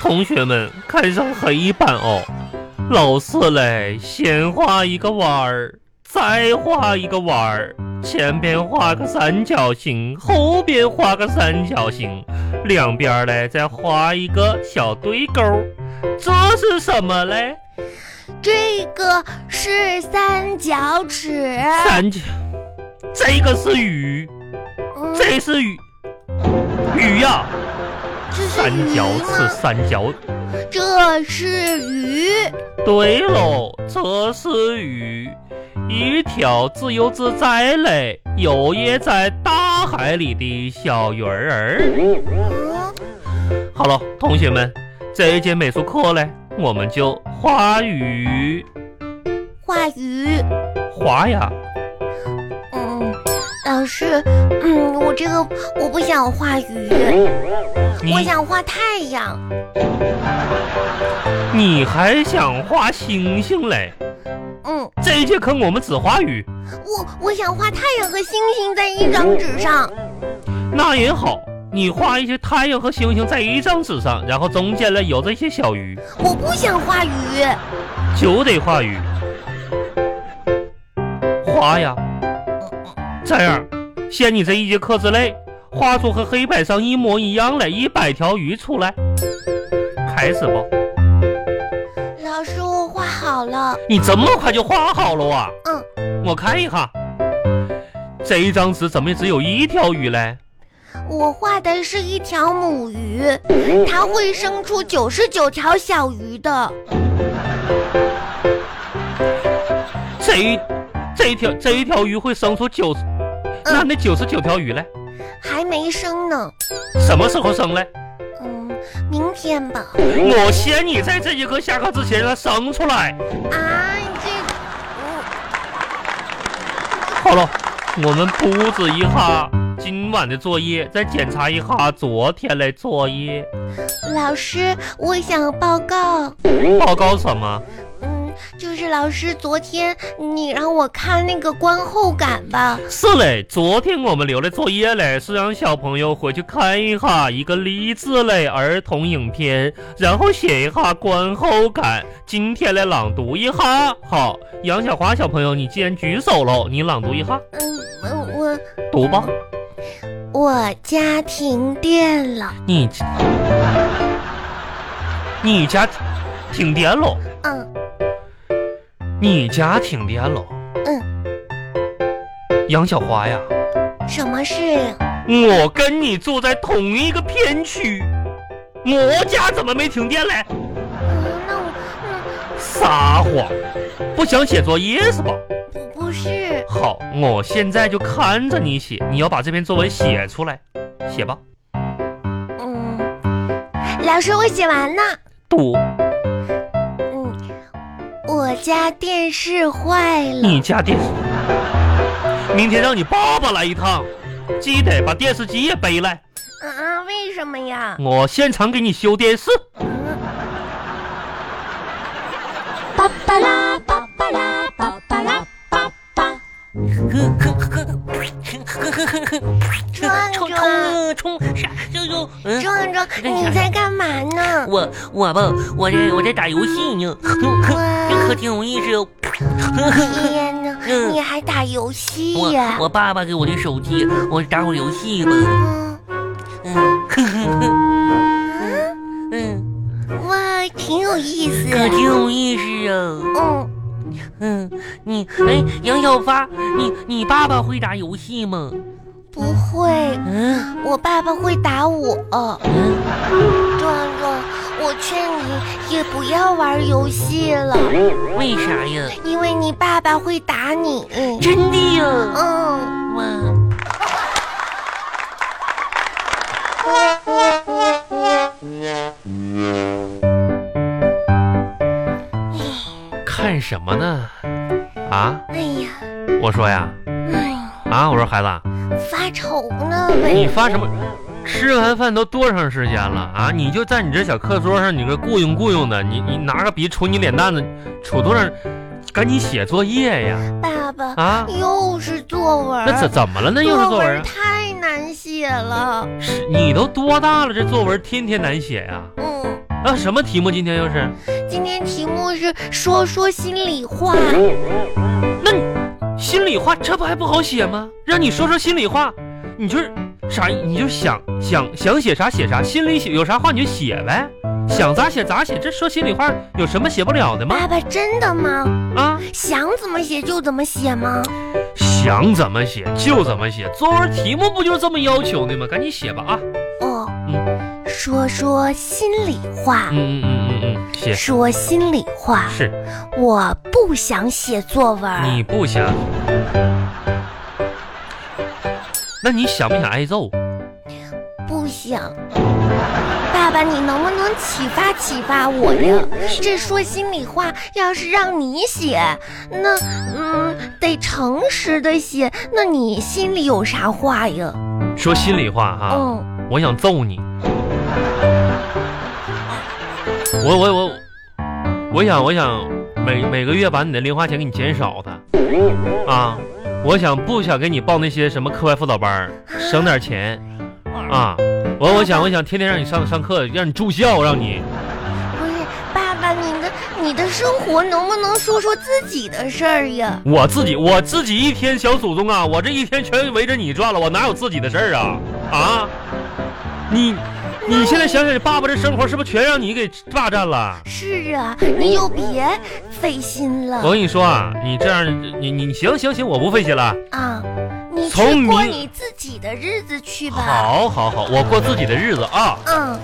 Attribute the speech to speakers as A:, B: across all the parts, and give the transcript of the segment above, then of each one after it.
A: 同学们看上黑板哦，老师嘞，先画一个弯儿，再画一个弯儿，前边画个三角形，后边画个三角形，两边儿嘞再画一个小对勾儿，这是什么嘞？
B: 这个是三角尺，
A: 三角，这个是鱼，
B: 嗯
A: 这是鱼，鱼呀、
B: 这是
A: 三角
B: 鱼
A: 是
B: 吗？
A: 三角。
B: 这是鱼，
A: 对喽，这是鱼，一条自由自在嘞，游弋在大海里的小鱼儿。
B: 嗯，
A: 好了，同学们，这一节美术课嘞，我们就画鱼，
B: 画鱼，
A: 画呀，
B: 嗯，老师，嗯，我这个我不想画鱼，
A: 你
B: 我想画太阳，
A: 你还想画星星嘞？
B: 嗯，
A: 这一节课我们只画鱼，
B: 我我想画太阳和星星在一张纸上，
A: 那也好。你画一些太阳和星星在一张纸上，然后中间呢有着一些小鱼，
B: 我不想画鱼，
A: 就得画鱼，画呀。这样，限你这一节课之内，画出和黑板上一模一样的一百条鱼出来。开始吧，
B: 老师，我画好了，
A: 你这么快就画好了啊？
B: 嗯，
A: 我看一下，这一张纸怎么只有一条鱼嘞？
B: 我画的是一条母鱼，它会生出九十九条小鱼的。
A: 这一这一条这一条鱼会生出九十，那那九十九条鱼嘞？
B: 还没生呢，
A: 什么时候生嘞？
B: 嗯，明天吧。
A: 我限你在这节课下课之前让它生出来。
B: 啊，这，
A: 好了，我们布置一下今晚的作业，再检查一下昨天的作业。
B: 嗯，老师，我想报告，
A: 报告什么？
B: 嗯，就是老师昨天你让我看那个观后感吧，
A: 是嘞，昨天我们留的作业嘞，是让小朋友回去看一下一个励志类儿童影片，然后写一下观后感。今天来朗读一下。好，杨小华小朋友，你既然举手了，你朗读一下，
B: 嗯，嗯我
A: 读吧。
B: 我家停电了，
A: 你，你家停电了。
B: 嗯，
A: 你家停电了？
B: 嗯。
A: 杨小花呀，
B: 什么事呀？
A: 我跟你住在同一个片区，我家怎么没停电嘞？
B: 嗯，那我，
A: 撒谎，不想写作业是吧？
B: 嗯，不不是，
A: 好，我现在就看着你写，你要把这篇作文写出来，写吧。
B: 嗯，老师，我写完呢，
A: 读，
B: 嗯，我家电视坏了，
A: 你家电视，明天让你爸爸来一趟，记得把电视机也背来，
B: 啊，为什么呀？
A: 我现场给你修电视。
B: 巴巴拉巴巴拉巴巴拉巴巴。壮
C: 冲
B: 壮，
C: 冲冲啥？就就嗯，
B: 壮壮，你在干嘛呢？
C: 我我吧，我这我在打游戏呢，可挺有意思。
B: 天哪，
C: 嗯
B: 你还打游戏哎呀
C: 我？我爸爸给我的手机，我打会儿游戏吧。
B: 嗯
C: 嗯，呵呵呵，嗯，
B: 哇，挺有意
C: 可
B: 思。
C: 挺有意思啊。
B: 嗯，
C: 嗯，你哎，杨小发，你你爸爸会打游戏吗？
B: 不会，
C: 嗯
B: 我爸爸会打我。
C: 嗯，
B: 壮壮，我劝你也不要玩游戏了，
C: 为啥呀？
B: 因为你爸爸会打你。
C: 真的呀？
B: 嗯。
C: 哇！
A: 看什么呢？啊，
B: 哎呀，
A: 我说呀，
B: 哎呀，
A: 啊，我说孩子，
B: 发愁呢
A: 你
B: 呗。
A: 发什么？吃完饭都多长时间了啊？你就在你这小课桌上，你这雇佣雇佣的，你你拿个笔杵你脸蛋子，杵多长？赶紧写作业呀！
B: 爸爸、
A: 啊，
B: 又是作文，
A: 那怎怎么了呢？又是作文啊？
B: 太难写了。
A: 是你都多大了，这作文天天难写呀、
B: 嗯，
A: 啊？啊，什么题目？今天又是？
B: 今天题目是说说心里话，
A: 嗯那你心里话这不还不好写吗？让你说说心里话，你就是啥，你就想想想写啥写啥，心里写有啥话你就写呗，想咋写咋写，这说心里话有什么写不了的吗？
B: 爸爸真的吗？
A: 啊，
B: 想怎么写就怎么写吗？
A: 想怎么写就怎么写，作文题目不就是这么要求的吗？赶紧写吧啊！
B: 哦，
A: 嗯
B: 说说心里话，
A: 嗯嗯嗯嗯嗯，写
B: 说心里话，
A: 是
B: 我不想写作文。
A: 你不想，那你想不想挨揍？
B: 不想。爸爸，你能不能启发启发我呀？这说心里话，要是让你写，那嗯，得诚实的写。那你心里有啥话呀？
A: 说心里话啊哈、
B: 嗯，
A: 我想揍你。我我我，我想我想每每个月把你的零花钱给你减少的啊！我想不想给你报那些什么课外辅导班儿，省点钱啊！我我想我想天天让你上上课，让你住校，让你
B: 不是，爸爸，你的你的生活能不能说说自己的事儿呀？
A: 我自己我自己一天小祖宗啊！我这一天全围着你转了，我哪有自己的事儿啊啊！你你现在想想，爸爸这生活是不是全让你给霸占了？
B: 是啊，你就别费心
A: 嗯我
B: 了
A: 跟你说啊，你这样，你你你行行行，我不费心了。
B: 啊，你
A: 从
B: 去过
A: 明
B: 你自己的日子去吧。
A: 好，好，好，我过自己的日子啊。
B: 嗯，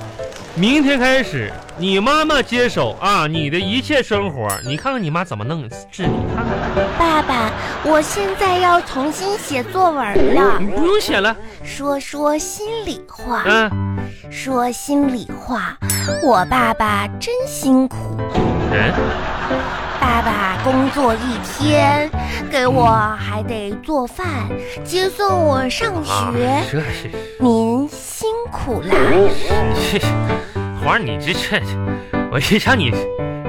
A: 明天开始，你妈妈接手啊，你的一切生活，你看看你妈怎么弄治你，看看。
B: 爸爸，我现在要重新写作文了。
A: 你不用写了，
B: 说说心里话，
A: 嗯、
B: 说心里话，我爸爸真辛苦，
A: 人
B: 爸爸工作一天，给我还得做饭，接送我上
A: 啊
B: 学，，
A: 这是
B: 您辛苦啦。
A: 这是，花儿，你这这，我一让你，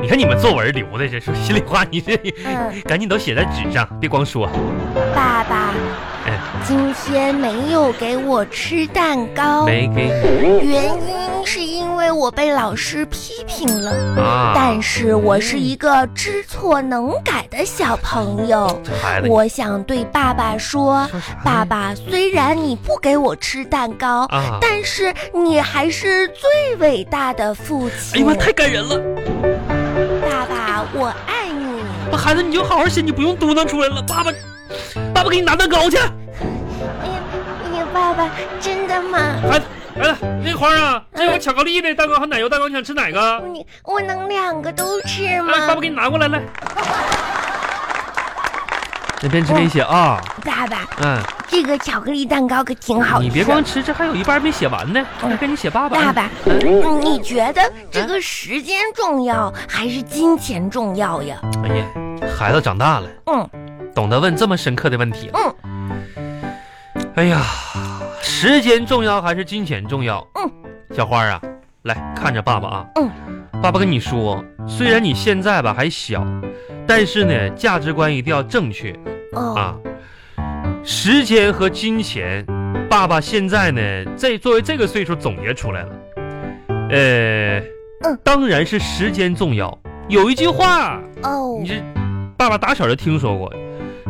A: 你看你们作文留的这说心里话，你这
B: 嗯，
A: 赶紧都写在纸上，别光说。
B: 爸爸
A: 哎，
B: 今天没有给我吃蛋糕，
A: 没给
B: 原因是因为我被老师批评了。
A: 你啊，
B: 但是我是一个知错能改的小朋友。
A: 这孩子，
B: 我想对爸爸说
A: 说啥呢，
B: 爸爸，虽然你不给我吃蛋糕，
A: 啊
B: 但是你还是最伟大的父
A: 哎呀
B: 亲。
A: 妈，太感人了。
B: 爸爸，我爱你。
A: 我孩子，你就好好写，你不用嘟囔出来了。爸爸，爸爸给你拿蛋糕去。
B: 哎呀，哎呀，爸爸，真的吗？
A: 孩子，孩子，那花儿啊，这有巧克力的蛋糕和奶油蛋糕，你想吃哪个？
B: 你我能两个都吃
A: 哎，爸
B: 吗
A: 爸？给你拿过来，来。那边吃边写啊，
B: 爸爸，
A: 嗯，
B: 这个巧克力蛋糕可挺好吃。
A: 你别光吃，这还有一半没写完呢，那赶紧写爸爸。
B: 爸爸，嗯你觉得这个时间重要还是金钱重要呀？
A: 哎呀，孩子长大了，
B: 嗯
A: 懂得问这么深刻的问题了。
B: 嗯，
A: 哎呀，时间重要还是金钱重要？
B: 嗯，
A: 小花啊，来看着爸爸啊。
B: 嗯，
A: 爸爸跟你说，虽然你现在吧还小，但是呢，
B: 嗯
A: 价值观一定要正确
B: 哦，
A: 啊。时间和金钱，爸爸现在呢，这作为这个岁数总结出来了。呃，
B: 嗯
A: 当然是时间重要。有一句话，
B: 哦
A: 你，这爸爸打小就听说过，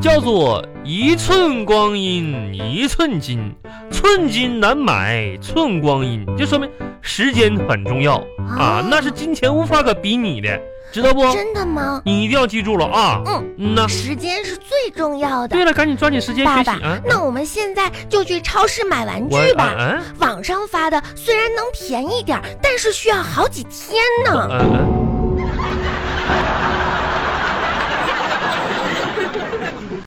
A: 叫做“一寸光阴一寸金，寸金难买寸光阴”，就说明时间很重要啊
B: 哦，
A: 那是金钱无法可比拟的，知道不？
B: 真的吗？
A: 你一定要记住了啊！
B: 嗯
A: 嗯呐，
B: 时间是最重要的
A: 对。了，赶紧抓紧时间
B: 爸
A: 学习
B: 爸
A: 啊！
B: 那我们现在就去超市买玩
A: 我
B: 具吧。
A: 嗯
B: 网上发的虽然能便宜点儿，但是需要好几天
A: 嗯
B: 呢。
A: 嗯嗯，